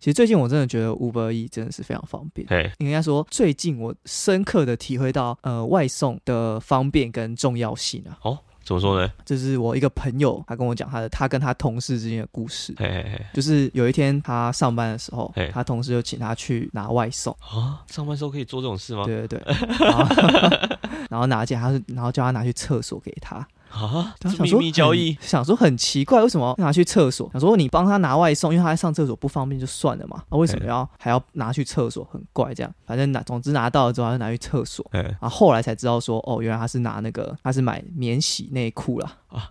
其实最近我真的觉得 Uber E 真的是非常方便。哎，应该说，最近我深刻的体会到，呃，外送的方便跟重要性啊。怎么说呢？这是我一个朋友，他跟我讲他的，他跟他同事之间的故事。嘿嘿嘿，就是有一天他上班的时候嘿，他同事就请他去拿外送，啊，上班时候可以做这种事吗？对 对对，然后 然后拿起来，他是然后叫他拿去厕所给他，啊，他这想秘说密交很易，想说很奇怪，为什么要拿去厕所？想说你帮他拿外送，因为他在上厕所不方便就算了嘛，啊、为什么嘿要还要拿去厕所？很怪这样，反正拿总之拿到了之后，他就拿去厕所。哎啊，后来才知道说，哦，原来他是拿那个，他是买免洗内裤啦，啊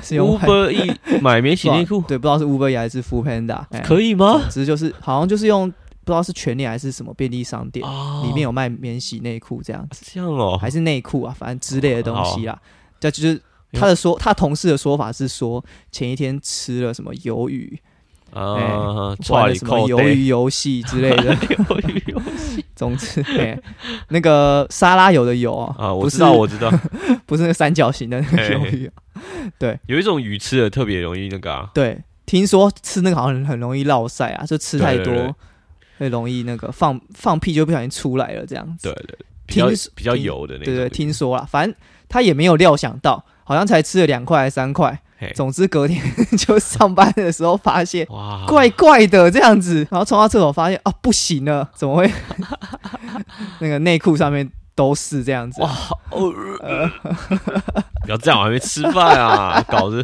是用外，Uber E 买免洗内裤对，不知道是 Uber Eats 还是 Food Panda，、哎可以吗？总之就是好像就是用不知道是全脸还是什么便利商店、啊，里面有卖免洗内裤这样子，这样哦，还是内裤啊，反正之类的东西啦。这就是他的说，他同事的说法是说，前一天吃了什么鱿鱼，啊，玩抓哎了你什么扣。鱿鱼游戏之类的 哎鱿鱼游戏总之，哎，那个沙拉油的油啊，啊，我不知是道，我知道，不是那个三角形的那个哎鱿鱼啊、有一种鱼吃的特别容易那个啊，对，听说吃那个好像很容易落晒啊，就吃太对对对多会容易那个放放屁就不小心出来了这样子。对对，比较听比较听油的那种，对对，听说啦，反正他也没有料想到，好像才吃了两块还三块嘿。总之隔 天就上班的时候发现哇，怪怪的这样子，然后冲到厕所发现啊不行了，怎么会 那个内裤上面都是这样子呃哇啊？ 哦，不要这样，我还没吃饭啊，搞得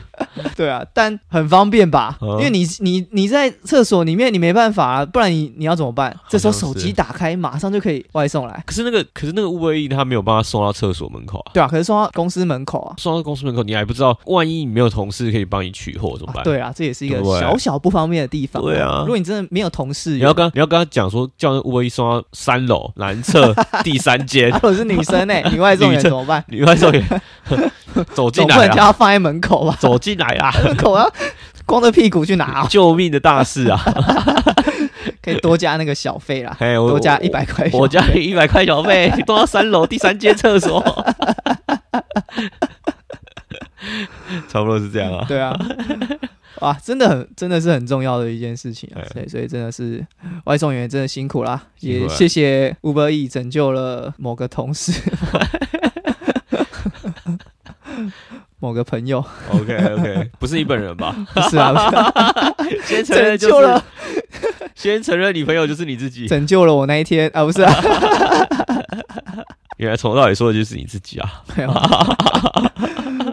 对啊，但很方便吧？嗯因为你你你在厕所里面你没办法、啊，不然你你要怎么办？这时候好像手是机打开，马上就可以外送来。可是那个，可是那个 Uber E 他没有帮他送到厕所门口啊，对啊，可是送到公司门口啊。送到公司门口，你还不知道，万一你没有同事可以帮你取货怎么啊办？对啊，这也是一个对小小不方便的地方。对啊如果你真的没有同事，你要跟你要跟他讲说，叫那 Uber E 送到三楼 南侧第三间啊，，如果是女生呢、 女外送员怎么办？你外 送员走进总不来能叫啊，她放在门口吧？走进来 啊，门口要光着屁股去 拿、哦，救命的大事啊！可以多加那个小费啦， 哎，我多加我一百块小费。我家一百块小费，送到三楼第三间厕所， 差不多是这样啊。对 啊，哇，真的很真的是很重要的一件事情啊哎。所以所以真的是外送员真的辛苦啦，辛苦啊也了谢谢 Uber E 拯救了某个同 事。 某个朋友 OK OK，不是你本 人吧？不是啊， 不是啊先承认拯就救是了，先承认女朋友就是你自己。拯救了我那一天啊，不是啊，原来从头到尾说的就是你自己啊！没 有，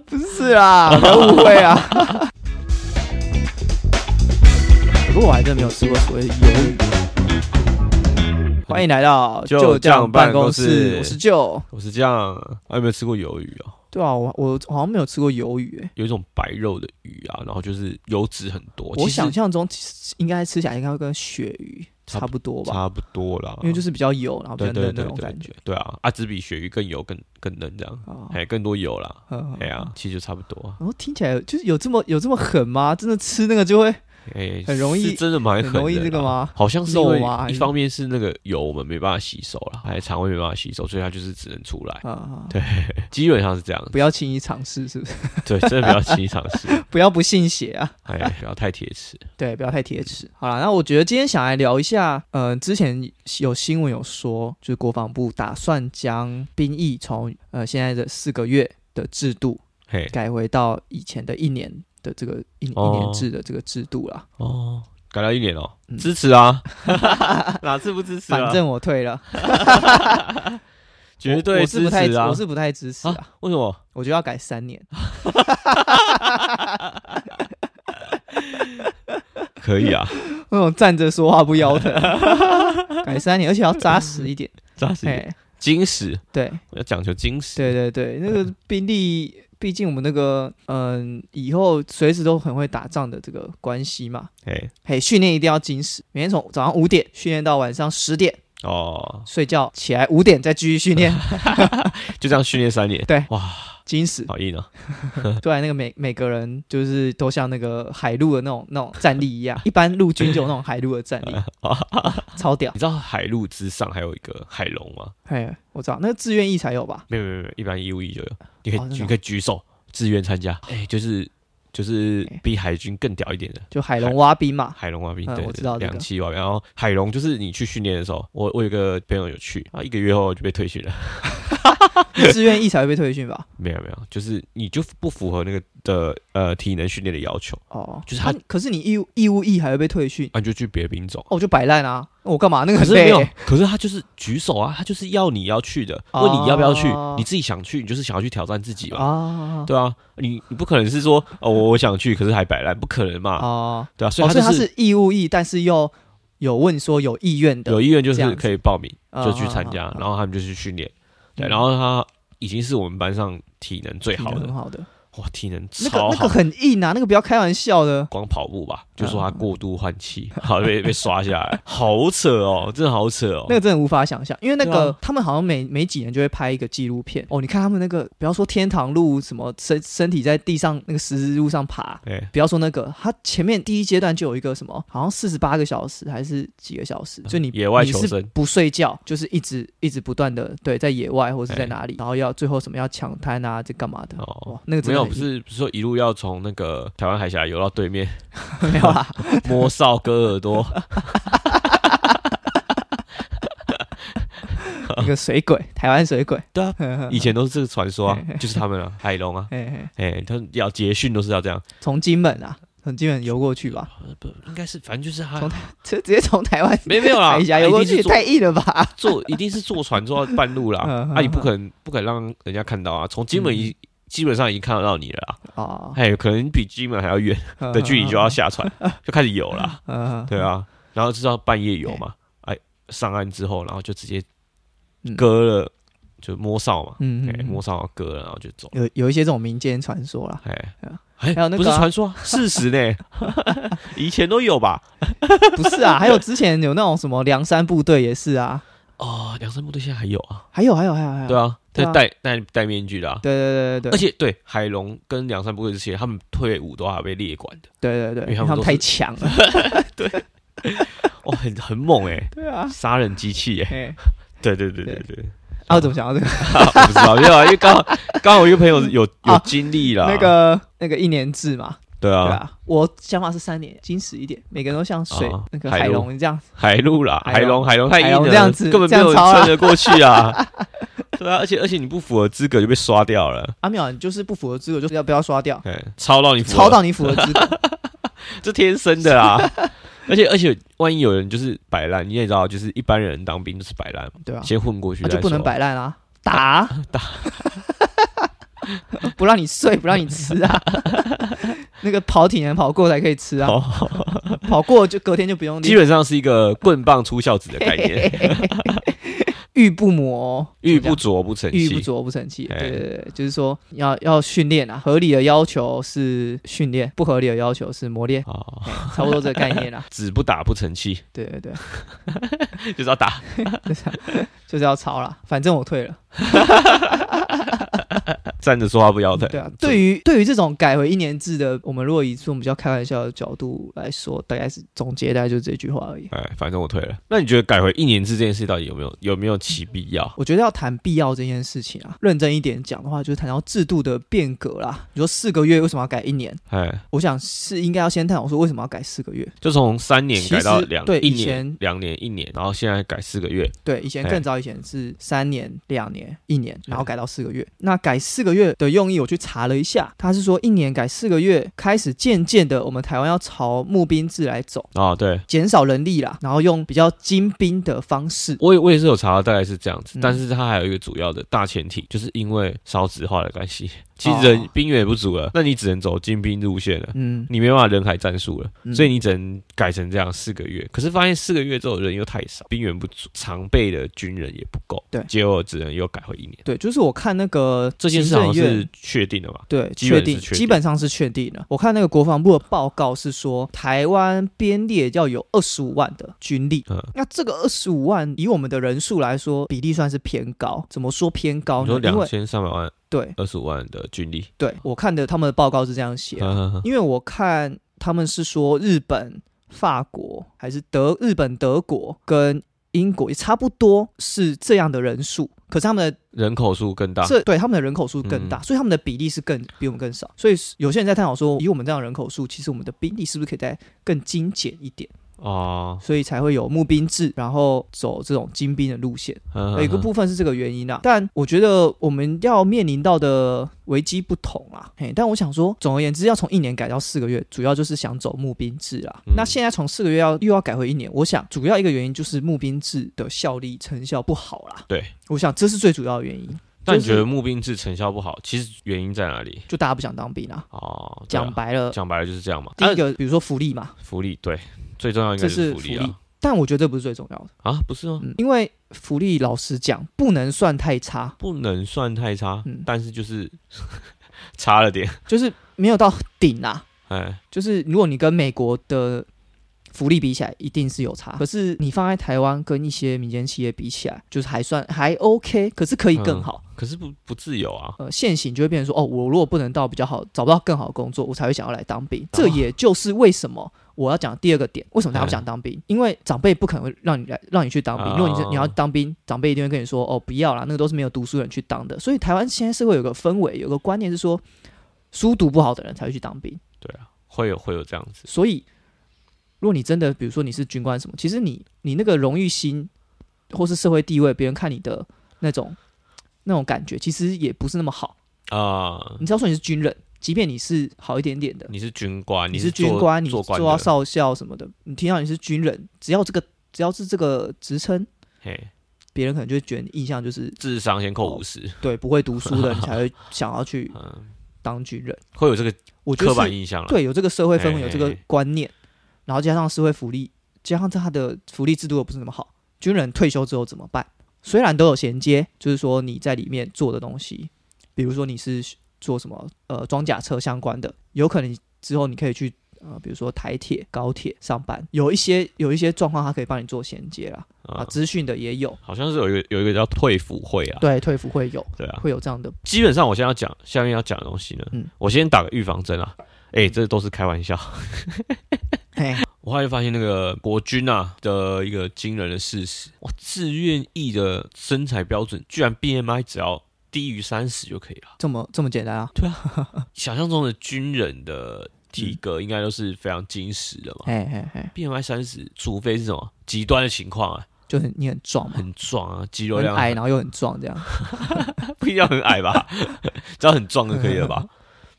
不是啊，不要误会 啊。不过我还真没有吃过所谓的鱿鱼。欢迎来到就酱公办公室我是就。我是这样，啊，有没有吃过鱿鱼啊？对啊，我我好像没有吃过鱿鱼、欸，有一种白肉的鱼啊，然后就是油脂很多。我其实想象中其实应该吃起来应该会跟鳕鱼差不多吧，差不多啦，因为就是是比较油，然后比较对嫩的对对那种对感觉对。对啊，啊，只比鳕鱼更油更更嫩这样，啊。哎，更多油啦，嗯哎呀，，其实就差不多啊，然后听起来就是有这么有这么狠吗？真的吃那个就会哎，很容易是真的蛮很容易狠这的个啊啦 吗？好像是因肉吗还为一是方面是那个油我们没办法吸收了，哦还肠胃没办法吸收，所以它就是只能出来。啊，对，基本上是这样 子。不要轻易尝试，是不 是？对，真的不要轻易尝试， 不要不信邪啊！哎，不要太铁齿。对，不要太铁齿。好了，那我觉得今天想来聊一下，呃，之前有新闻有说，就是国防部打算将兵役从呃现在的四个月的制度嘿，改回到以前的一年的这个一一哦年制的这个制度啦。哦，改到一年哦嗯，支持啊， 哪次不支持啊？反正我退了，绝我对我是不支太持啊我！是不太支持啊，为什么？我觉得要改三年。 可以啊，那种站着说话不腰疼， 改三年，而且要扎实一点。扎实一点，哎，金石对，要讲求金石。对对对，那个兵力，毕竟我们那个嗯，以后随时都很会打仗的这个关系嘛。哎，嘿，训练一定要精实，每天从早上五点训练到晚上十点，哦，睡觉起来五点再继续训 练，就这样训练三年。对哇，精实。好硬啊！ 对，那个每每个人就是都像那个海陆的那种那种战力一样，一般陆军就有那种海陆的战 力，超屌哦你。知道海陆之上还有一个海龙吗？嘿，我知道，那个志愿役才有吧？没有没有没有，一般义务役就有，你可以、哦真的你哦可以举手自愿参加，哎、就是就是比海军更屌一点的就海龙挖冰嘛，海龙蛙兵，嗯对，我对知道这个两栖蛙兵。然后海龙就是你去训练的时候，我我有个朋友有去，啊，一个月后就被退训了。志愿役才会被退训吧？没有没有，就是你就不符合那个的呃体能训练的要求，哦，就是他那可是你义务义务役还会被退训，啊，你就去别的兵种。哦，我就摆烂啊，那我干嘛？那个可很是没累有，可是他就是举手啊，他就是要你要去的，哦问你要不要去，你自己想去，你就是想要去挑战自己嘛。啊，对啊，你你不可能是说哦，我我想去，可是还摆烂，不可能嘛，哦，对啊，所哦，以他所以他就是义务役，但是又有问说有意愿的有意愿就这样是子可以报名，就去参啊加啊，啊然后他们就去训练，对，嗯然后他已经是我们班上体能最好体能的很，好的，哇，体能那个超那个好，很硬啊，那个不要开玩笑的，光跑步吧，就说嗯他过度换气，好被被刷下来，好扯哦，真的好扯哦那，个真的无法想象，因为那个、对啊他们好像每每几年就会拍一个纪录片哦。你看他们那个，不要说天堂路什么身身体在地上那个十字路上爬，对，不要说那个，他前面第一阶段就有一个什么，好像四十八个小时还是几个小时，就你嗯野外你求是生，不睡觉，就是一直一直不断的对，在野外或是在哎哪里，然后要最后什么要抢滩啊，这干嘛的？哦哇，那个真没的有，很不是不是说一路要从那个台湾海峡游到对面 没有啦，摸哨割耳 朵，一个水鬼，台湾水鬼， 对啊嘿 嘿以前都是这个传说啊嘿嘿，就是他们啊，海龙啊，嘿嘿哎，他们要捷训都是要这样，从金门啊，从金门游过去吧， 不应该是反正就是他从直直接从台湾没没有啦，海峡他游一过定是去，坐太硬了吧？ 坐一定是坐船坐到半 路啦，嗯嗯啊，你不可能不可能让人家看到啊，从金门已基本上已经看得到你了啦，哦，哎，可能比金门还要远的距离就要下船， 就开始游啦， 嗯，对啊，然后就是要半夜游嘛，哎，上岸之后，然后就直接嗯割了，就摸哨嘛，嗯，哎，嗯，嗯摸哨割了，然后就走，有有一些这种民间传说啦，哎对啊。哎还有那不个啊是 传说，事实呢，以前都有吧？ 不是啊，还有之前有那种什么梁山部队也是啊，哦，梁山部队现在还有啊？还有还有还有还有，对啊，啊，对戴戴戴戴面具的啊。对对对对而对且对海龙跟梁山部队这些，他们退伍都还被列管的，对对对，因为他因为他们们都太是强了，哦，很很猛哎， 对啊，杀人机器哎， 哎，对对对对 对，啊，我怎么想到这个？我不知道，因为啊因为刚好 刚好我一个朋友有啊有经历啦，那个那个一年制嘛，对对啊，吧？我想法是三年，矜持一点，每个人都像水啊那个海海陆龙这样，海陆啦，海海龙龙海龙太硬海了，龙这样子根本没这有样超啦撑得过去 啊，对啊，而且而且你不符合资格就被刷掉了，阿妙，啊你就是不符合资格，就是要不要刷 掉，哎，超到你符合，超到你符合资格， 这天生的啊，而且而且万一有人就是摆烂，你也知道，就是一般人当兵就是摆烂嘛，对吧？先混过去那再就不能说摆烂 啊，打打， 不让你睡，不让你吃啊。 那个跑体能跑过才可以吃啊，哦，跑过就隔天就不用基练。本上是一个棍棒出孝子的概念， 玉不磨，玉不琢不成玉不器。琢不成器。嘿对对对，就是说要要训练啊，合理的要求是训练，不合理的要求是磨练，哦，。差不多这个概念啦子不打不成器，对对对，就是要打。就是要抄啦。反正我退了。站着说话不腰疼。对啊，对于对于这种改回一年制的，我们如果以这种比较开玩笑的角度来说，大概是总结，大概就这句话而已。哎，反正我退了。那你觉得改回一年制这件事到底有没有有没有其必要？我觉得要谈必要这件事情啊，认真一点讲的话，就是谈到制度的变革啦。你说四个月为什么要改一年？哎，我想是应该要先探讨说为什么要改四个月。就从三年改到其实两对一以年前、两年、一年，然后现在改四个月。对，以前哎更早以前是三年、两年、一年，然后嗯改到四个月。那改四个月的用意，我去查了一下，他是说一年改四个月，开始渐渐的，我们台湾要朝募兵制来走，哦，对，减少人力啦，然后用比较精兵的方式。我也我也是有查到，大概是这样子。嗯但是它还有一个主要的大前提，就是因为少子化的关系，其实人哦兵源也不足了，那你只能走精兵路线了。嗯，你没办法人海战术了，嗯所以你只能改成这样四个月。可是发现四个月之后人又太少，兵源不足，常备的军人也不够，对结果只能又改回一年。对，就是我看那个这件事行好政像院是确定的吧？对，基确本是定，确基定本上是确定的。我看那个国防部的报告是说，台湾编列要有二十五万的军力。嗯那这个二十五万，以我们的人数来说，比例算是偏高。怎么说偏高你说呢？哦因两为千三百万、对二十五万的军力，对，我看的他们的报告是这样写的，嗯因为我看他们是说日本、法国还是德日本、德国跟英国也差不多是这样的人数，可是他们的 人口数更大，这对他们的人口数更大，嗯所以他们的比例是更比我们更少。所以有些人在探讨说，以我们这样的人口数，其实我们的兵力是不是可以再更精简一点？哦，所以才会有募兵制，然后走这种精兵的路线。有有一个部分是这个原因啊，但我觉得我们要面临到的危机不同啊。嘿，但我想说，总而言之，要从一年改到四个月，主要就是想走募兵制啊。嗯那现在从四个月要又要改回一年，我想主要一个原因就是募兵制的效力成效不好啦。对，我想这是最主要的原因，但你就是觉得募兵制成效不好，其实原因在哪里？就大家不想当兵啊。哦，对啊讲白了，讲白了就是这样嘛。第一个比如说福利嘛，啊福利对，最重要应这该是是福利利啊。，但我觉得这不是最重要的，啊，不是吗？嗯，因为福利老实讲不能算太差，不能算太差嗯，但是就是 差了点。就是没有到顶啊。哎，就是如果你跟美国的福利比起来，一定是有差。可是你放在台湾跟一些民间企业比起来，就是还算还 OK，可是可以更好。可是不不自由啊。呃，现行就会变成说，哦，我如果不能到比较好，找不到更好的工作，我才会想要来当兵。这也就是为什么我要讲第二个点，为什么大家不想当兵？因为长辈不可能会让你来让你去当兵。哦如果你你要当兵，长辈一定会跟你说，哦，不要啦，那个都是没有读书人去当的。所以台湾现在社会有个氛围，有个观念是说，书读不好的人才会去当兵。对啊，会有会有这样子。所以，如果你真的，比如说你是军官什么，其实你你那个荣誉心或是社会地位，别人看你的那种那种感觉，其实也不是那么好。啊、你只要说你是军人，即便你是好一点点的，你是军官，你是军做官，你做做官到的，少校什么的，你听到你是军人，只要这个只要是这个职称，嘿，别人可能就会觉得你印象就是智商先扣哦五十、对不会读书的，你才会想要去 嗯，当军人。会有这个我觉得刻是板印象了。啊对，有这个社会氛围，哎有这个观念，然后加上社会福利，加上他的福利制度又不是那么好，军人退休之后怎么办？虽然都有衔接，就是说你在里面做的东西，比如说你是做什么呃装甲车相关的，有可能之后你可以去呃比如说台铁、高铁上班，有一些有一些状况它可以帮你做衔接啦，啊啊、资讯的也有，好像是有一个有一个叫退辅会啊，对，退服会有对啊。会有这样的，基本上我现在要讲下面要讲的东西呢，嗯我先打个预防针啊。哎、这都是开玩笑。嘿，我后来发现那个国军啊的一个惊人的事实，哇，自愿役的身材标准居然 BMI 只要低于三十就可以了。这么这么简单啊，想象中的军人的体格应该都是非常精实的嘛。嘿嘿嘿， BMI 三十，除非是什么极端的情况啊，就很你很壮嘛，很壮啊，肌嗯肉很量矮然后又很壮这样， 不一定要很矮吧， 只要很壮就可以了吧？嗯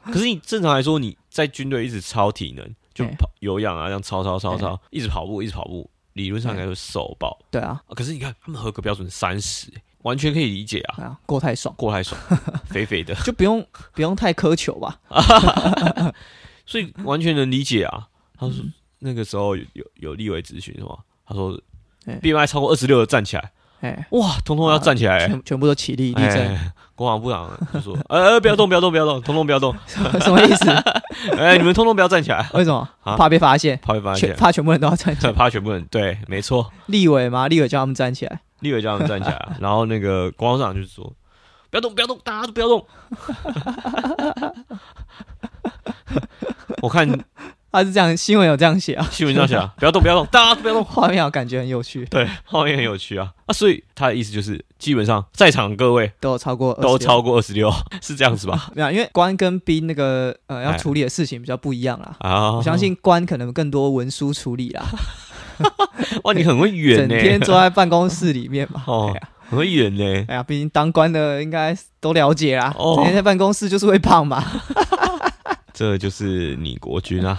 可是你正常来说，你在军队一直超体能，就哎跑有氧啊，这样超超超超，一直跑步一直跑步，理论上应该会瘦爆。对啊，啊可是你看他们合格标准三十，完全可以理解啊，对啊，够太爽。过太爽，肥肥的，就不 用不用太苛求吧。所以完全能理解啊。他说那个时候有有有立委咨询是吗？他说哎 BMI 超过二十六的站起来，哎，哇，通通要站起来、欸。全全部都起立立正，哎国防部长就说：“呃，不要动，不要动，不要动，通通不要动！ 什么意 思？哎，你们通通不要站起来， 为什么？啊怕被发现，怕被发全现，怕全部人都要站起来。 怕全部人对，没错，立委嘛，立委叫他们站起来，立委叫他们站起 来，啊然后那个广场就是说，不要动，不要动，大家都不要动。 我看他啊是这样，新闻有这样写啊， 新闻上写啊，不要动，不要动，大家都不要动。画面我感觉很有趣，对，画面很有趣啊啊，所以他的意思就是，基本上在场各位都有超过都26超过二十六， 是这样子吧？没有，因为官跟兵那个呃要哎处理的事情比较不一样啦。啊，我相信官可能更多文书处理啦，哇，你很会 远整呢、天坐在办公室里面嘛。 哦哎呀，很会远呢、哎呀，毕竟当官的应该都了解啦，哦整天在办公室就是会胖嘛。这就是你国军啊，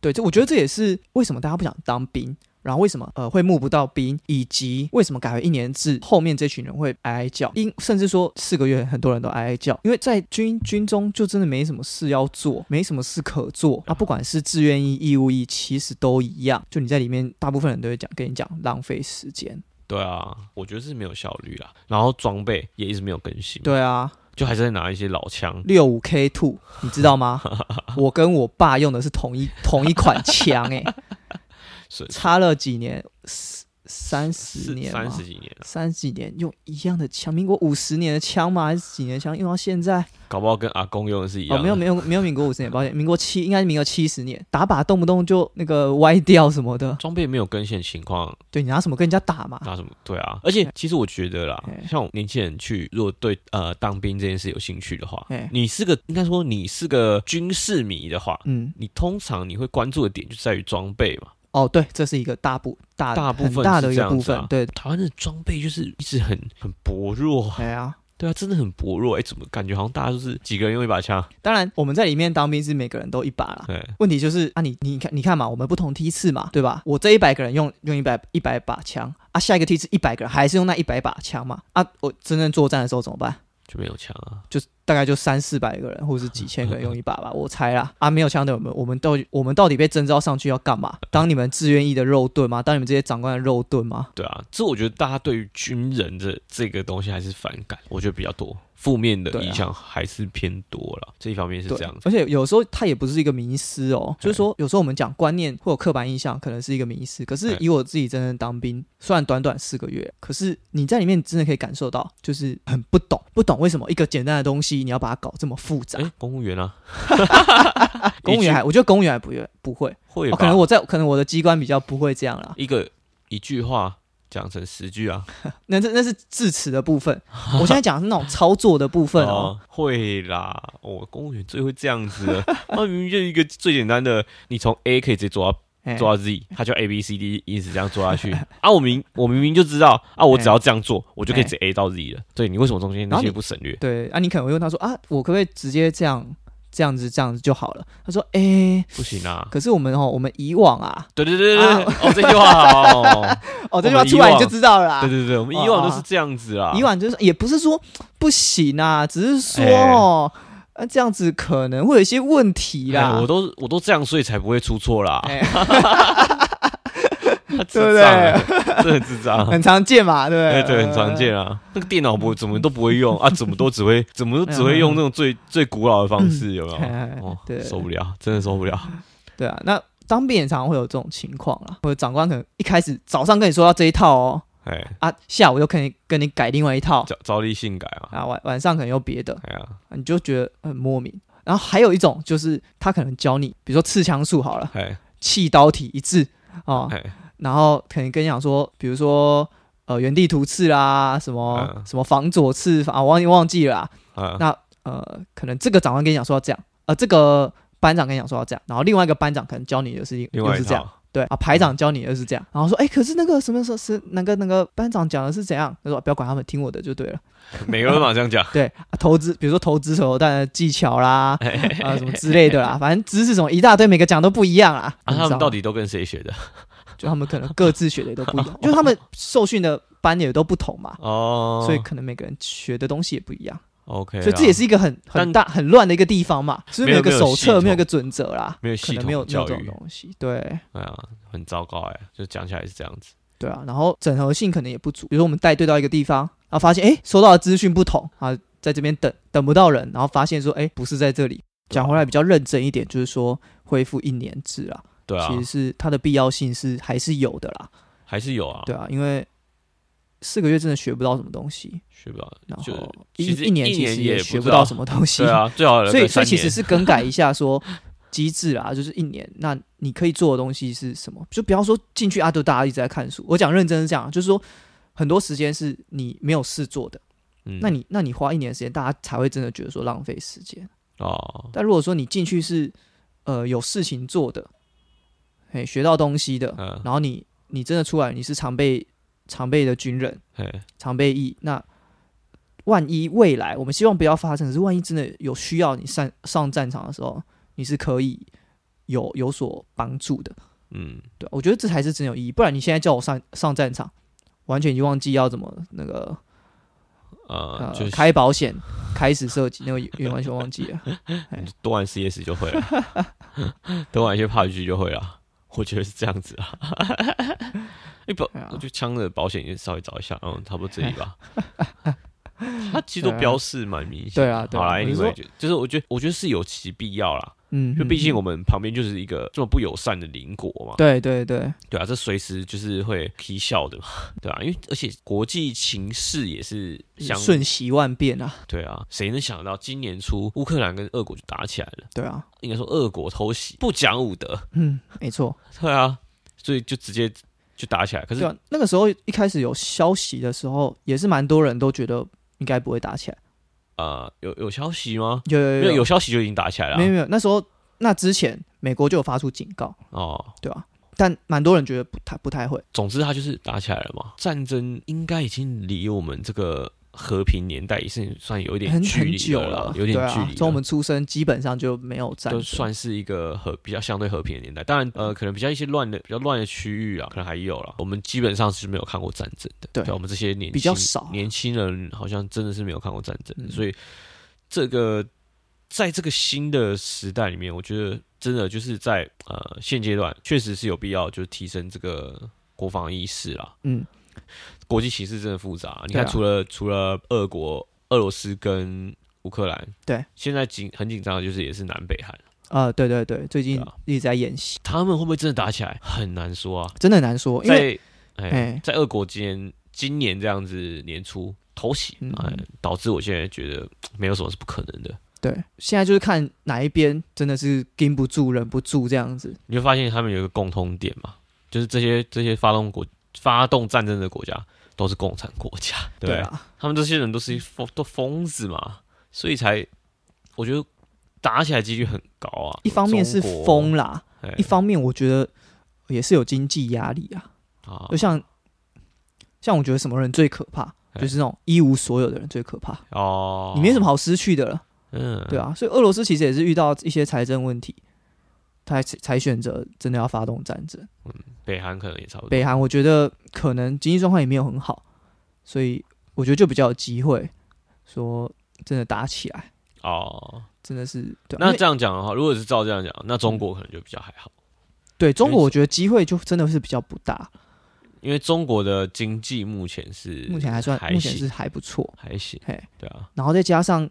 对，这我觉得这也是为什么大家不想当兵，然后为什么呃会募不到兵，以及为什么改为一年制，后面这群人会哀哀叫，因甚至说四个月很多人都哀哀叫，因为在军军中就真的没什么事要做，没什么事可做啊，不管是志愿役、义务役，其实都一样，就你在里面，大部分人都会讲跟你讲浪费时间，对啊，我觉得是没有效率啦，然后装备也一直没有更新，对啊，就还是在拿一些老枪，六五 K two，你知道 吗？我跟我爸用的是同一同一款枪、欸，哎， 是差了几年，十三十年三嘛十，几年了，三十几年用一样的枪，民国五十年的枪嘛，还是几年的枪用到现在？搞不好跟阿公用的是一样哦，的。没有没有没有民国五十年，抱歉，民国七应该是民国七十年，打靶动不动就那个歪掉什么 的，装备没有更新的情况，对你拿什么跟人家打嘛？拿什么？对啊，而且其实我觉得啦哎，像年轻人去，如果对呃当兵这件事有兴趣的话哎，你是个应该说你是个军事迷的话，嗯，你通常你会关注的点就在于装备嘛。哦，对，这是一个大部大大部分很大的一是这个样子啊部分，对，台湾的装备就是一直很很薄弱啊，哎呀，对啊，真的很薄弱。哎，怎么感觉好像大家就是几个人用一把枪？当然我们在里面当兵是每个人都一把啦。对，问题就是啊你，你看你看嘛，我们不同梯次嘛，对吧？我这一百个人用用一百一百把枪啊，下一个梯次一百个人还是用那一百把枪嘛啊，我真正作战的时候怎么办？就没有枪啊。就是大概就三四百个人，或者是几千个人用一把吧，我猜啦。啊，没有枪的我们，我们到底我们到底被征召上去要干嘛？当你们志愿役的肉盾吗？当你们这些长官的肉盾吗？对啊，这我觉得大家对于军人的这个东西还是反感，我觉得比较多，负面的对啊影响还是偏多了。这一方面是对这样，子，而且有时候它也不是一个迷失哦，就是说有时候我们讲观念或有刻板印象，可能是一个迷失。可是嗯以我自己真正当兵，虽然短短四个月，可是你在里面真的可以感受到，就是很不懂，不懂为什么一个简单的东西你要把它搞这么复杂哎、。公务员啊， 公务员还，我觉得公务员还不愿不会，会哦吧？可能我在可能我的机关比较不会这样啦。一个一句话讲成十句啊，那这那是致辞的部分，我现在讲的是那种操作的部分哦。哦会啦，我、公务员最会这样子了，他明明就一个最简单的，你从 A 可以直接做到哎做到 Z，他就 A B C D 一直这样做 下去啊，我明我明明就知道啊，我只要这样做，我就可以直接 A 到 Z 了，对你为什么中间嗯那然后些你不省略？对啊，你可能会问他说啊，我可不可以直接这样这样子这样子就好了？他说哎、不行啊，可是我们哦，我们以往啊，对对对对，对哦，这 句话好、哦，哦，这句我话们出来以往你就知道了啦对对对，我们以往都是这样子啦，哦以往就是也不是说不行啊，只是说哎哦，啊这样子可能会有一些问题啦。哎我都我都这样，所以才不会出错啦，哎他智对不障对啊，这很智障。 很呃常见嘛，对哎，不对，很常。 见啊。那个电脑不怎么都不会用啊，怎么都只会怎么都只会嗯用那种最最古老的方式，有没哎有？哎哎哦，对受不了，真的 受不了。对啊，那当兵也常常会有这种情况啦，或者长官可能一开始早上跟你说要这一套哦，哎，啊，下午又可以跟你改另外一套，朝朝力性改嘛，啊，晚晚上可能有别的，哎呀，你就觉得很莫名。然后还有一种就是他可能教你，比如说刺枪术好了，哎气刀体一致哦，哎，然后可能跟你讲说，比如说呃原地突刺啦，什么、嗯什么防左刺啊，忘记忘记了啦。啊，哦那呃，可能这个长官跟你讲说要这样，呃，这个班长跟你讲说要这样，然后另外一个班长可能教你的是另又外是一这样。套，对啊，排长教你的是这样，然后说，哎，可是那个什么时候是那个那个班长讲的是怎样？他说不要管他们，听我的就对了。每个人马 上讲，对，啊投资比如说投资手榴弹的技巧 啦，哎啊什么之类的啦，反正知识什么一大堆，每个讲都不一样啦。你啊，知他道们到吗底都跟谁学的？就他们可能各自学的也都不一样， 就是他们受训的班也都不同嘛，哦，所以可能每个人学的东西也不一样， OK，啦所以这也是一个很很但大很乱的一个地方嘛，所以没有有个没有手系册，没有统一个准则啦，没有可系能没有统没有教这种育，东西，对。哎呀，很糟糕哎，就讲起来是这样子，对啊，然后整合性可能也不足。比如说我们带队到一个地方，然后发现哎，诶收到的资讯不同啊，在这边等等不到人，然后发现说哎，诶不是在这啊里。讲回来比较认真一点，就是说恢复一年制啦，对啊其，实是它的必要性是还是有的啦。还是有啊，对啊，因为四个月真的学不到什么东西，学不到，然就后其一实一年一其年实也不学知不到道什么东西。对啊，最好的所以跟所三以其年实是更改一下说机制啊，就是一年，那你可以做的东西是什么？就不要说进去啊，就大家一直在看书。我讲认真是这样，就是说很多时间是你没有事做的，嗯那你那你花一年的时间，大家才会真的觉得说浪费时间。哦，但如果说你进去是呃有事情做的，嘿，学到东西的，嗯，然后你你真的出来，你是常备常备的军人，嘿，常备役。那万一未来我们希望不要发生，可是万一真的有需要你上上战场的时候，你是可以有有所帮助的。嗯，对，我觉得这才是真有意义。不然你现在叫我上上战场，完全已经忘记要怎么那个呃呃，啊就是开保险、开始设计，那个也也完全忘记 了。多玩 CS 就会了， 多玩一些 PUBG 就会了。我觉得是这样子啊，一保对啊我觉得枪的保险也稍微找一下，嗯，差不多这里 吧。它其实都标示蛮明显的，对啊对啊啊好啦我是说，anyway，就就是我觉得我觉得是有其必要啦，嗯，就毕竟我们们旁边就是一个这么不友善的邻国嘛，对对对，对啊，这随时就是会踢笑的嘛，对啊，因为而且国际情势也是相瞬息万变啊，对啊，谁能想到今年初乌克兰跟俄国就打起来了？对啊，应该说俄国偷袭，不讲武德，嗯，没错，对啊，所以就直接就打起来。可对是啊，那个时候一开始有消息的时候，也是蛮多人都觉得应该不会打起来，呃，有有消息吗？有有因为有消息就已经打起来了啊没有啊、没有，那时候那之前美国就有发出警告，哦。对吧、但蛮多人觉得不太不太会，总之，它就是打起来了嘛。战争应该已经离我们这个和平年代也是算有一点很距很离久了啦，有对点距啊离，了。从我们出生基本上就没有战就争，算是一个和比较相对和平的年代。当然，呃，可能比较一些乱的、比较乱的区域啊，可能还有啦。我们基本上是没有看过战争的，对我们这些年轻比较少啊年轻人好像真的是没有看过战争的，嗯所以这个在这个新的时代里面，我觉得真的就是在呃现阶段确实是有必要就是提升这个国防意识啦。嗯，国际形势真的复杂。你对啊看，除了、除了俄国、俄罗斯跟乌克兰，对，现在紧很紧张的就是也是南北韩，啊，对对对，最近对啊一直在演习，他们会不会真的打起来很难说啊。真的很难说，因为在哎哎，在俄国今年今年这样子年初偷袭嗯，哎，导致我现在觉得没有什么是不可能的。对现在就是看哪一边真的是盯不住、忍不住这样子，你会发现他们有一个共通点嘛，就是这些这些发动国发动战争的国家都是共产国家，对啊啊，他们这些人都是疯都疯子嘛，所以才我觉得打起来几率很高啊。一方面是中国疯啦，哎一方面我觉得也是有经济压力啊，啊就像像我觉得什么人最可怕，哎就是那种一无所有的人最可怕，哦，你没什么好失去的了，嗯，对啊，所以俄罗斯其实也是遇到一些财政问题，他才才选择真的要发动战争。北韩可能也差不多。北韩我觉得可能经济状况也没有很好，所以我觉得就比较有机会说真的打起来，哦，真的是对啊、那因为这样讲的话，如果是照这样讲，那中国可能就比较还好，对中国我觉得机会就真的是比较不大，因为中国的经济目前是目前还算呃还目前行是还不错，还行嘿，对啊，然后再加上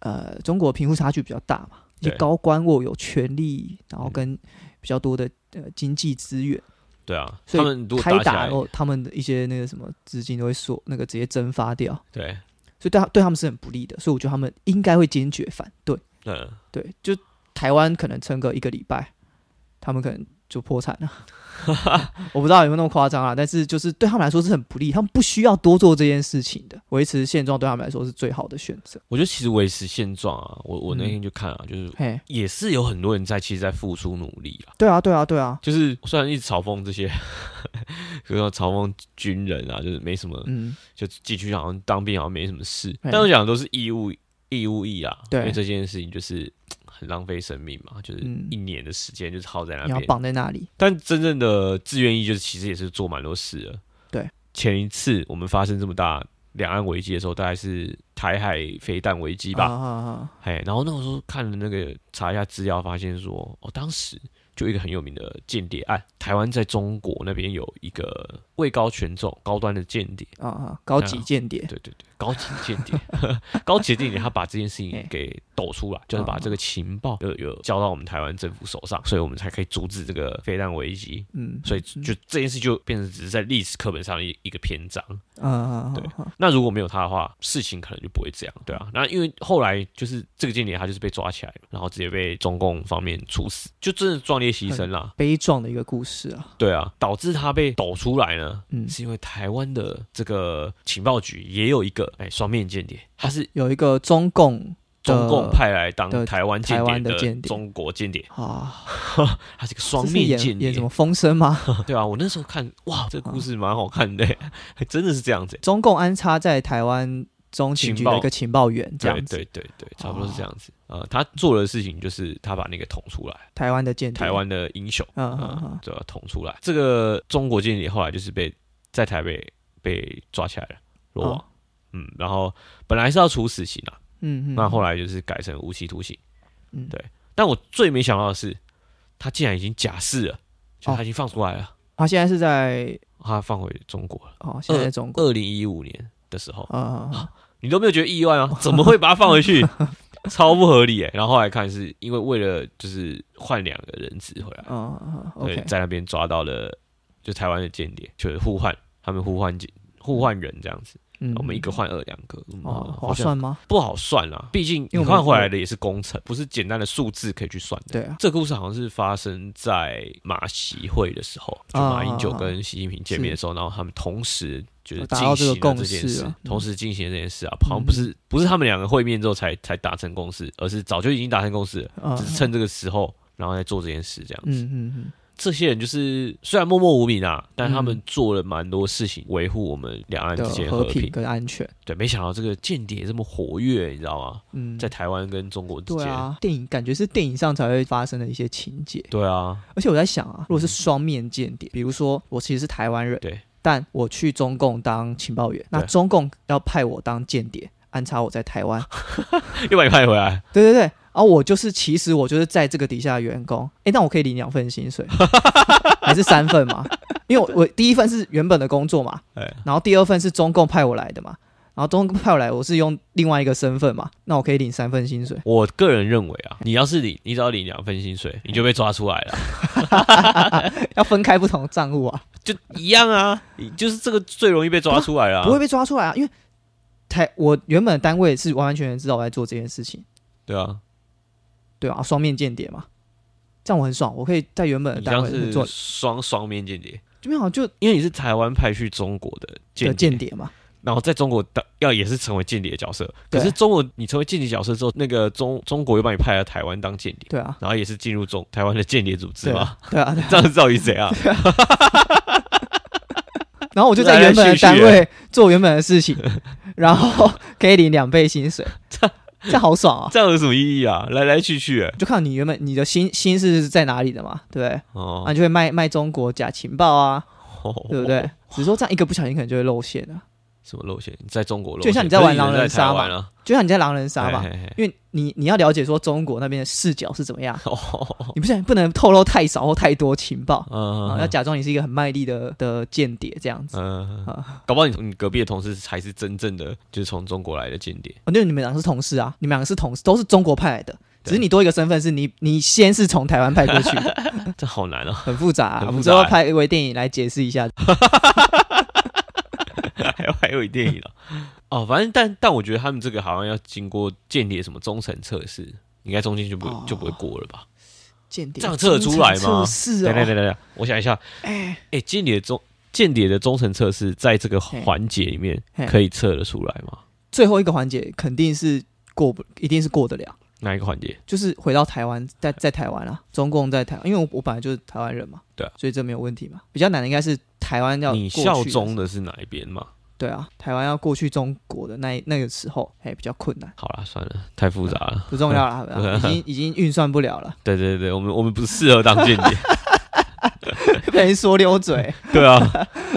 呃中国贫富差距比较大嘛，一些对高官握有权力，然后跟比较多的呃经济资源。对啊，所以他们如果开起打来然，后，他们的一些那个什么资金都会说那个直接蒸发掉，对，所以对他对他们是很不利的。所以我觉得他们应该会坚决反对。嗯，对，就台湾可能撑个一个礼拜，他们可能就破产 了。我不知道有没有那么夸张啊，但是就是对他们来说是很不利，他们不需要多做这件事情的，维持现状对他们来说是最好的选择。我觉得其实维持现状啊，我我那嗯天就看啊，就是嘿，也是有很多人在其实在付出努力啦。对啊，对啊，对啊，就是虽然一直嘲讽这些， 比如说嘲讽军人啊，就是没什么，嗯，就进去好像当兵好像没什么事，哎但我讲的都是义务义务役啊，对因为这件事情就是很浪费生命嘛，就是嗯一年的时间就是耗在那你要边。绑在那里，但真正的自愿意就是其实也是做蛮多事的。对，前一次我们发生这么大两岸危机的时候，大概是台海飞弹危机对吧，啊啊啊哎，然后那个时候看了那个查一下资料，发现说，哦，当时就有一个很有名的间谍案，台湾在中国那边有一个位高权重、高端的间谍，啊啊！高级嗯间谍，对对对，高级间谍， 高级间谍，他把这件事情哎给抖出来，就是把哦这个情报有有交到我们台湾政府手上，所以我们才可以阻止这个飞弹危机。嗯，所以就这件事就变成只是在历史课本上的一一个篇章。啊啊对啊！那如果没有他的话，事情可能就不会这样，对啊。那因为后来就是这个间谍，他就是被抓起来，然后直接被中共方面处死，就真的壮烈牺牲啦，悲壮的一个故事啊，对啊。导致他被抖出来呢，嗯，是因为台湾的这个情报局也有一个哎双面间谍，他是有一个中共中共派来当的台湾间台谍湾的间谍中国间谍，啊， 他是一这个双是面演间谍演什，么风声吗？ 对啊。我那时候看哇，这个故事蛮好看的， 还真的是这样子。中共安插在台湾中情局的一个情报员，这对样子，啊对对对，差不多是这样子。呃，他做的事情就是他把那个捅出来，台湾的间谍，台，湾的英雄，嗯嗯嗯嗯，，对吧？捅出来。这个中国间谍后来就是被在台北被抓起来了，落哦啊网。嗯，然后本来是要处死刑啊，嗯嗯，那后来就是改成无期徒刑。嗯对。但我最没想到的是，他竟然已经假释了，就哦他已经放出来了，他现在是在他放回中国了。哦，现在在中国，二零一五年的时候，啊， 你都没有觉得意外吗？怎么会把他放回去？超不合理哎、然后后来看是因为为了就是换两个人质回来，嗯嗯对， ，OK，在那边抓到了就台湾的间谍，就是互换，他们互换间互换人这样子，嗯我们一个换二两个，嗯哦，好划像算吗？不好算啦，毕竟因为你我们换回来的也是工程，不是简单的数字可以去算的。对啊，这个故事好像是发生在马习会的时候，就啊马英九跟习近平见面的时候，然后他们同时就是达到进这个行了这共识啊件事，嗯同时进行了这件事啊，好像不是不是他们两个会面之后才才达成共识，而是早就已经达成共识了，嗯只是趁这个时候然后再做这件事这样子。嗯嗯嗯，这些人就是虽然默默无名啊，但他们嗯做了蛮多事情维护我们两岸之间的和和平平。跟安全，对，没想到这个间谍这么活跃，你知道吗？嗯，在台湾跟中国之对间。啊，电影感觉是电影上才会发生的一些情节。对啊，而且我在想啊，如果是双面间谍，比如说我其实是台湾人，对，但我去中共当情报员，那对中共要派我当间谍，安插我在台湾， 又把你派回来，对对对，然、后我就是其实我就是在这个底下的员工，诶，那我可以领两份薪 水，还是三份嘛？因为我我第一份是原本的工作嘛哎，然后第二份是中共派我来的嘛，然后中共派我来，我是用另外一个身份嘛，那我可以领三份薪水。我个人认为啊，嗯你要是领，你只要领两份薪水，你就被抓出来了，要分开不同的账户啊， 就一样啊，你就是这个最容易被抓出来了、不会被抓出来啊，因为台我原本的单位是完完全全知道我在做这件事情，对啊，对啊，双面间谍嘛，这样我很爽，我可以在原本的你单像位是做，双双面间谍，就没有就因为你是台湾派去中国的间的谍，间谍嘛，然后在中国当要也是成为间谍的角色，可对是中国你成为间谍角色之后，那个中中国又把你派来台湾当间谍，对啊，然后也是进入中台湾的间谍组织对嘛，啊，对啊，对啊 这样子到底怎样？然后我就在原本的单位做原本的 事情，然后可以领两倍薪水，这样好爽啊！这样有什么意义啊？来来去去、欸就看你原本你的心心是在哪里的嘛，对不对？哦啊，你就会卖卖中国假情报啊，对不哦对？只是说这样一个不小心可能就会露馅了， 什么露馅？你在中国露馅，就像你在玩狼人人杀嘛嘛，就像你在狼人杀嘛啊嘿，嘿嘿因为你你要了解说中国那边的视角是怎么样， 哦，你不是不能透露太少或太多情报嗯啊，要假装你是一个很卖力的的间谍这样子。嗯啊，搞不好你你隔壁的同事才是真正的，就是从中国来的 间谍。哦，就是你们两个是同事啊，你们两个是同事，都是中国派来的，对只是你多一个身份，是你你先是从台湾派过去 的，这好难 啊，很复杂、啊。很复杂我们之后拍一微电影来解释一下。还有还有一电影了。哦，反正但但我觉得他们这个好像要经过间谍什么忠诚测试，应该中间就不、哦就不会过了吧？间谍这样测得出来吗是等等哦，等等，我想一下，哎、间谍忠间谍的忠诚测试在这个环节里面嘿可以测得出来吗？最后一个环节肯定是过不，一定是过得了。哪一个环节？就是回到台湾，在在台湾啊，中共在台湾，因为我我本来就是台湾人嘛，对啊所以这没有问题嘛。比较难的应该是台湾要你过去效的忠，的是哪一边嘛？对啊，台湾要过去中国的那一那个时候，哎，比较困难，好啦，算了，太复杂了。不重要 啦，已经已经运算不了 了，对对对，我们我们不适合当间谍。被人说溜 嘴。对啊，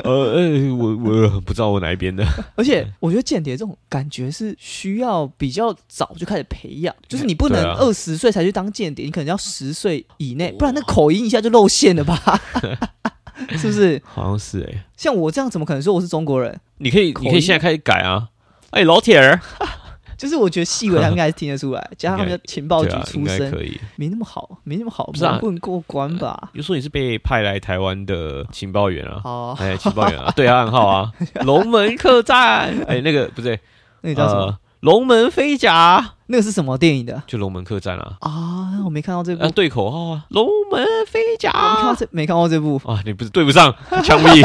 呃呃，我我不知道我哪一边的。 而且我觉得间谍这种感觉是需要比较早就开始培养，就是你不能对啊哦二十岁才去当间谍，你可能要十岁以内，不然那口音一下就露馅了吧？ 是不是？好像是哎、像我这样怎么可能说我是中国人？你可以口音你可以现在开始改啊。哎、老铁儿，就是我觉得细微他们应该是听得出 来，加上他们的情报局对啊，应出该身，可以。没那么好，没那么好，不是啊蒙混过关吧？比如说你是被派来台湾的情报员 啊，哦，哎，情报员啊， 对暗 号啊，龙门客栈，哎、那个不对，那个叫什么？呃龙门飞甲，那个是什么电影的就龙门客栈啊，啊？我没看到这部，要我对口号啊，龙门飞甲。没看到这，没看到这部。啊，你不是对不上，枪毙，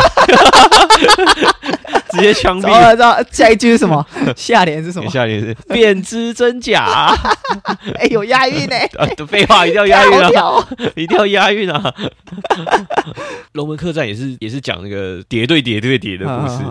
直接枪糟毙。了糟了，哦下一句是什 么？下联是什等么一？下 你是辨知真假啊，哎，有押韵 呢，废话一定要押韵 好啊，屌哦！ 一定要押韵啊。 龙门客栈也是也是讲那个叠对叠对叠的故事，事。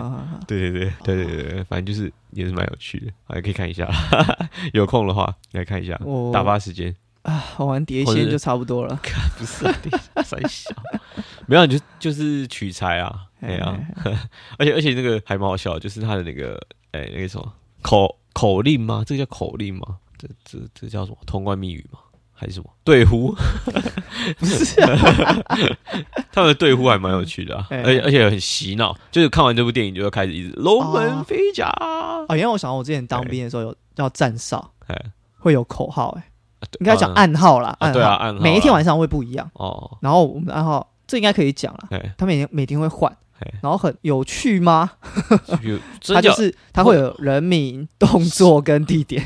对对对对对对对，反正就是也是蛮有趣的，还可以看一下， 有空的话来看一下我，打发时间。啊，我玩碟或者仙是就差不多了。 不是啊，等一下三小， 没有啊你就就是取材啊，哎呀、哎 而且而且那个还蛮好笑的，就是他的那个哎、那个什么口口令吗？这个叫口令吗？这这这叫什么通关密语吗？还是什么对呼？不 是啊，他们的对呼还蛮有趣的、啊，哎而且而且很洗脑，就是看完这部电影就会开始一直龙门飞甲，哦，因为我想到我之前当兵的时候有要站哨，哎会会有口号、欸，哎，啊对应该讲啊暗号啦，啊暗对啊暗号每一天啦晚上会不一样。哦，然后我们的暗号，这应该可以讲了，哎，他每天每天会换嘿，然后很有趣吗？有真它就假是它会有人名、动作跟地点，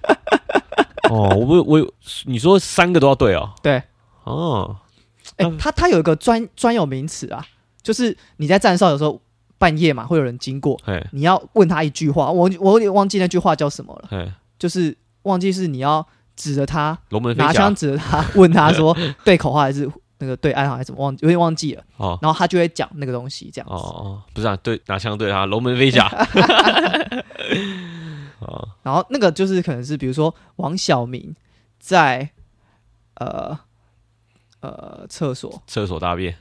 哦，我我有你说三个都要对哦，对，哦，哎、嗯它它有一个专专有名词啊，就是你在站哨有时候半夜嘛，会有人经过，哎你要问他一句话，我我有点忘记那句话叫什么了，哎，就是忘记是你要指着他龙门飞拿侠枪，指着他，问他 说对口号还是那个对暗号还是什么，忘记有点忘记了，哦然后他就会讲那个东西这样哦子，哦，不是啊，对，拿枪对他，龙门飞 侠，哦，然后那个就是可能是比如说王小明在呃呃厕所厕所大便，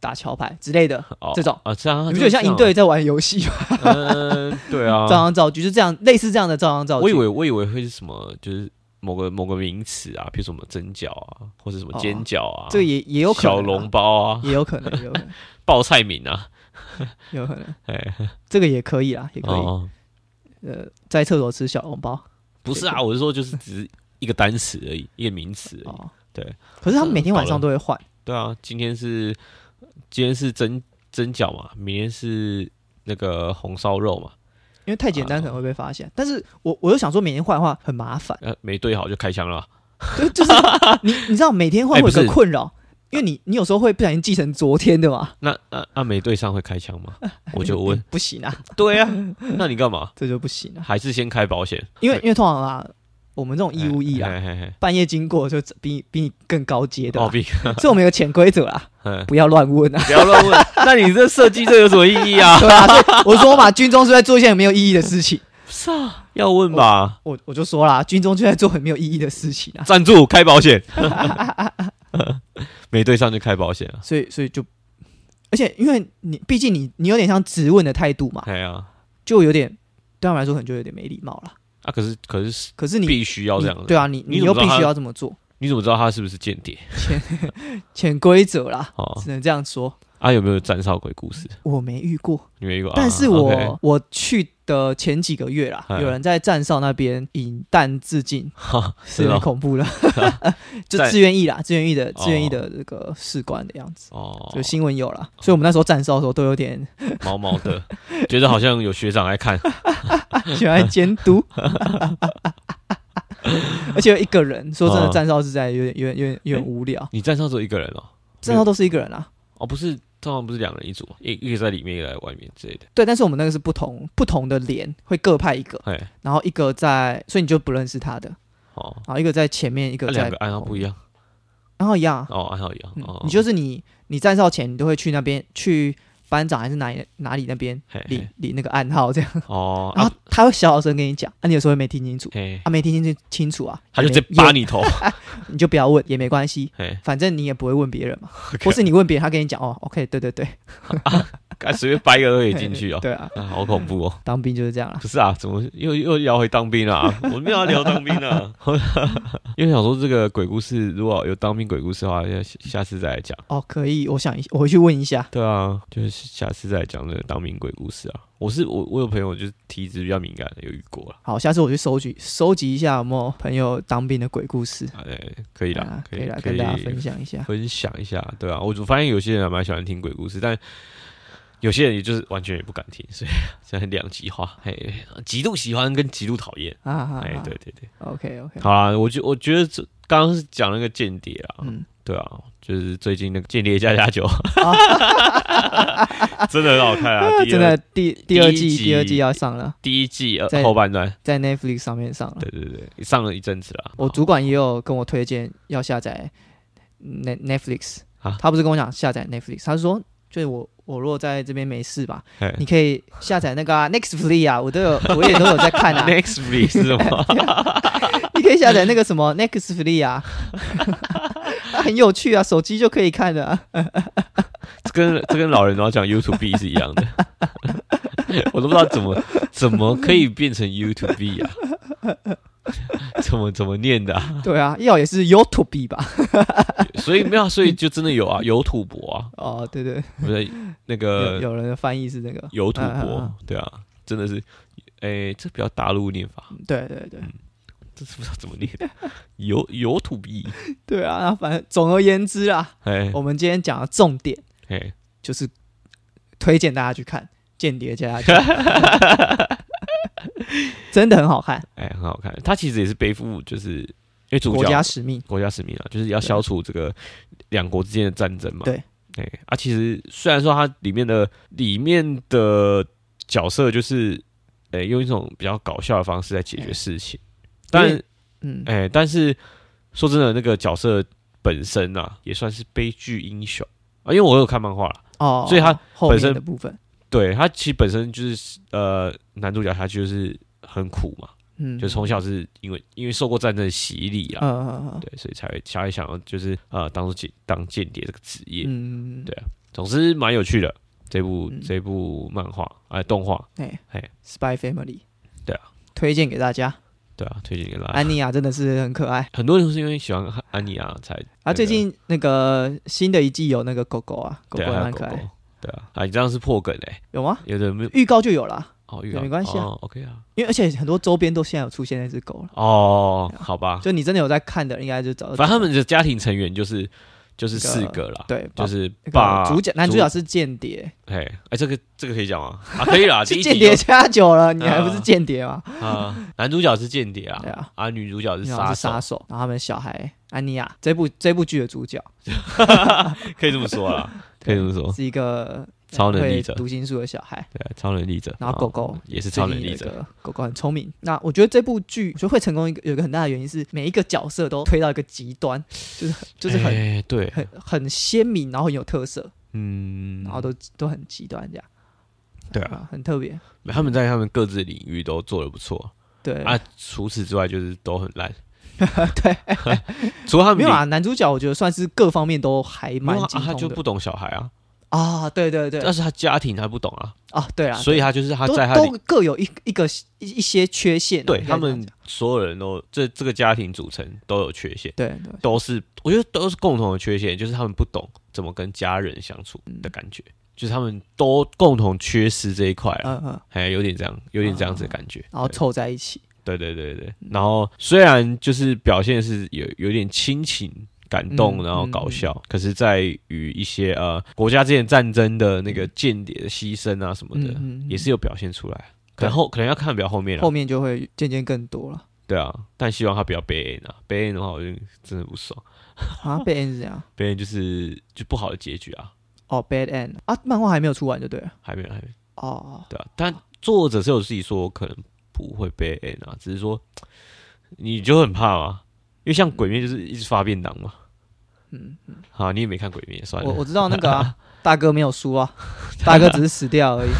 打桥牌之类的。哦，这种啊，这样，你不觉得像这样营队在玩游戏吗？啊？嗯，对啊，照样造句，就 这样，类似这样的照样造句。我以为我以为会是什么，就是某个某个名词啊，譬如什么蒸饺啊，或者什么哦煎饺啊，这个也也有可能啊、小笼包啊，也有可能，也有可能，报菜名啊，也有可能， 哎，这个也可以啦，也可以。哦，呃，在厕所吃小笼包不是啊，我是说就是只是一个单词而已，一个名词而已。哦，对。可是他们每天晚上嗯都会换，对啊，今天是今天是蒸蒸饺嘛，明天是那个红烧肉嘛，，因为太简单可能会被发现。但是我我又想说，每天换的话很麻烦呃，没对好就开枪了。就 就是你你知道每天换哎会有不个是困扰，因为你你有时候会不小心记成昨天的嘛。那那那没对上会开枪 吗？我就哎问，不行啊，对啊，那你干嘛？这就不行啊，还是先开保险？因为因为通常啊，我们这种义务役啊，嘿嘿嘿半夜经过就比你比你更高阶的哎哦，啊，比所以我们有个潜规则啦，嗯不要乱问啊。 不要乱问。那你这设计这有什么意义啊？对啊，所以我说嘛，军中是在做一些很没有意义的事情。是啊，要问吧。我我就说啦，军中就在做很没有意义的事情啊，哦赞助开 保险，没对上就开保险啊。所以所以就，而且因为你毕竟你你有点像质问的态度嘛，哎呀，就有点对他们来说可能就有点没礼貌了。啊，可是可是可是你必须要这样你的。对啊，你你你又怎么知必道他须要这么做，你怎么知道他是不是间谍？潜规则啦，哦，只能这样说。啊，有没有站哨鬼故事？我没遇过，你没遇过？但是我、啊，OK 我去的前几个月啦，哎有人在站哨那边引弹自 尽，哈是是有哦点恐 怖了， 就在自愿意啦，自愿意的自愿意哦的这个士官的样子。哦 就，新闻有了，所以我们那时候站哨的时候都有 点毛毛的，觉得好像有学长来看。喜欢监督，而且有一个人说真的，嗯站哨是在有点有点有点有哎点无聊，你站哨只有一个人哦？站哨都是一个人啊。哦，不是，通常不是两人一组，一一个在里面，一个在外面之类的。对，但是我们那个是不同不同的连，会各派一个，哎，然后一个在，所以你就不认识他的，哦，然后一个在前面，一那个啊两在个，暗号不一样然后一样啊，哦，暗号一样嗯哦。你就是是你你站哨前，你都会去那边去班长还是哪里哪里那边领领那个暗号这样，哎哦， 然啊后他会小小声跟你讲，啊，你有时候会没听清楚，哎，啊，没听清清楚啊，他就也直没接扒你头，你就不要问也没关系， 哎，反正你也不会问别人嘛。 OK 或是你问别人，他跟你讲哦，OK，对对对，敢随便掰一个都可以进去哦。对啊，啊，好恐怖哦！当兵就是这样啦。不是啊，怎么又又聊回当兵了、 啊？我没有要聊当兵啊， 因为想说这个鬼故事，如果有当兵鬼故事的话，下下次再来讲。哦，可以，我想一，我回去问一下。对啊，就是下次再来讲这个当兵鬼故事啊。我是我我有朋友就是体质比较敏感的，有遇过了。好，下次我去收集收集一下有没有朋友当兵的鬼故事，啊，对，可以啦啊，可以以来可跟以大家分享一下。 分享一下，对啊，我我发现有些人还蛮喜欢听鬼故事，但有些人也就是完全也不敢听，所以现在两极化， 嘿，极度喜欢跟极度讨厌。啊啊，哎啊，对对对。 ，OK OK，好啦，我觉我觉得这刚刚是讲那个间谍啦，嗯，对啊，就是最近那个间谍加加酒， 真的很好看啊！第真二的第第二第季一集第二季要上了，第一季呃在后半段，在 Netflix 上面上了。对对对，上了一阵子啦。我主管也有跟我推荐要下载嗯 Net Netflix，啊他不是跟我讲下载 Netflix，他是说就是我我如果在这边没事吧，嘿你可以下载那个、啊、Nextflix 啊，我都有，我也都有在看 啊。 Next Free 是什么？你可以下载那个什么 Nextflix 啊， 它很有趣啊，手机就可以看的、啊。这跟这跟老人然后讲 YouTube B 是一样的， 我都不知道怎么怎么可以变成 YouTube B 啊？怎么怎么念的、啊？对啊，要也是 YouTube 吧？所以没有啊，所以就真的有啊，有土博啊，哦，对对，不是那有个有人的翻译是那个，有土嗯嗯博嗯，哎对啊，真的是，诶，这比较大陆念法，对对对，这是不知道怎么念，有有土逼，对啊，那反正总而言之啊，哎我们今天讲的重点哎，就是推荐大家去看《间谍家家酒》，真的很好看，哎，很好看。他其实也是背负就是因为主国角家使命。国家使命啊，就是要消除这个两国之间的战争嘛。对，哎、啊，其实虽然说它里面的里面的角色就是，呃、用一种比较搞笑的方式来解决事情，但因为嗯，哎、但是说真的，那个角色本身啊，也算是悲剧英雄啊，因为我有看漫画啦，哦，所以它后面本身的部分，对他其实本身就是呃，男主角他就是很苦嘛，嗯，就从小是因为因为受过战争的洗礼啊，嗯嗯嗯对，所以才会才会想要就是呃，当做间当间谍这个职业。嗯，对啊总之蛮有趣的这部、嗯这部漫画哎、动画，哎哎，Spy Family，对啊，推荐给大家。对啊，推荐给大家。安妮亚真的是很可爱。很多人是因为喜欢安安妮亚才啊，那个最近那个新的一季有那个狗狗啊，狗对狗也啊，还蛮有狗可狗爱，，对啊，啊，你这样是破梗哎、有吗？有的人没有预告就有啦，哦，遇到没关系啊哦，OK 啊，因为而且很多周边都现在有出现那只狗了，哦，好吧，啊就你真的有在看的，应该就找得到。反正他们的家庭成员就是就是那个四个啦，对，就把是那个爸主角男主角是间谍，哎哎、这个这个可以讲吗？啊，可以啦，第是一间集谍就加久了，你还不是啊间谍吗？啊，男主角是间谍对啊，啊，啊，女主角是然后杀是杀手，手，然后他们小孩安妮亚这部这部剧的主角可以这么说啦， 可以这么说，是一个哦呃超能力会者，读心术的小孩。对啊，超能力者，然后狗狗啊也是超能力最者近，有一个狗狗很聪明。那我觉得这部剧我觉得会成功一个有一个很大的原因是每一个角色都推到一个极端，就是很就是很、哎对，很很鲜明，然后很有特色，嗯，然后都都很极端这样。对啊，啊，很特别。他们在他们各自领域都做的不错对，啊，除此之外就是都很烂， 对，除了他们没有领啊，男主角我觉得算是各方面都还没蛮有啊精啊他就通的不懂小孩啊，啊。对对对，但是他家庭他不懂啊，啊，对啊，所以他就是他都在他领都各有一一个一一些缺陷啊。对应该他这样们讲所有人都这这个家庭组成都有缺陷，对对都是我觉得都是共同的缺陷，就是他们不懂怎么跟家人相处的感觉，就是他们都共同缺失这一块啊，嗯嗯，还有点这样，有点这哦样子的感觉。然后对凑在一起。对对对对，嗯然后虽然就是表现是有有点亲情、感动，嗯然后搞笑，可是在于一些呃国家之间战争的那个间谍的牺牲啊什么的，嗯嗯嗯嗯也是有表现出来。可对能后可能要看比较后面后了，面就会渐渐更多了对啊，但希望他不要被 N 啊，被 N 的话我就真的不爽，啊。bad end 是这样被 N 就是就不好的结局啊，哦，bad end 啊，漫画还没有出完就对了还没有还没有哦。对啊，但作者是有自己说可能不会被 N 啊，只是说你就很怕嘛，因为像鬼面就是一直发便当嘛。嗯，好，你也没看《鬼灭》，算了。我我知道那个啊大哥没有输啊，大哥只是死掉 而已。，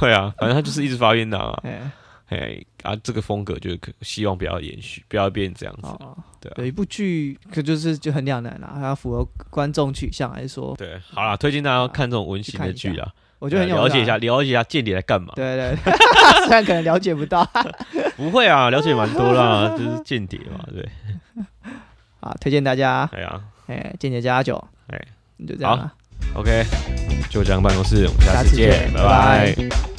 对啊，反正他就是一直发便当啊哎，哎啊，这个风格就是可希望不要延续，不要变这样子。哦，对啊有一部剧可就是就很两难啦，它要符合观众取向来说，对，好啦，推荐大家看这种温馨的剧啦，我觉得很有了解一趣啊下，。了解一下间谍在干嘛。对 对，对虽然可能了解不到不会啊，了解蛮多啦， 就是间谍嘛，对。啊，推荐大家哎呀哎，间谍加酒，哎，就这样好啦， ，OK，就这样，办公室，我们下下次次见，见，拜拜拜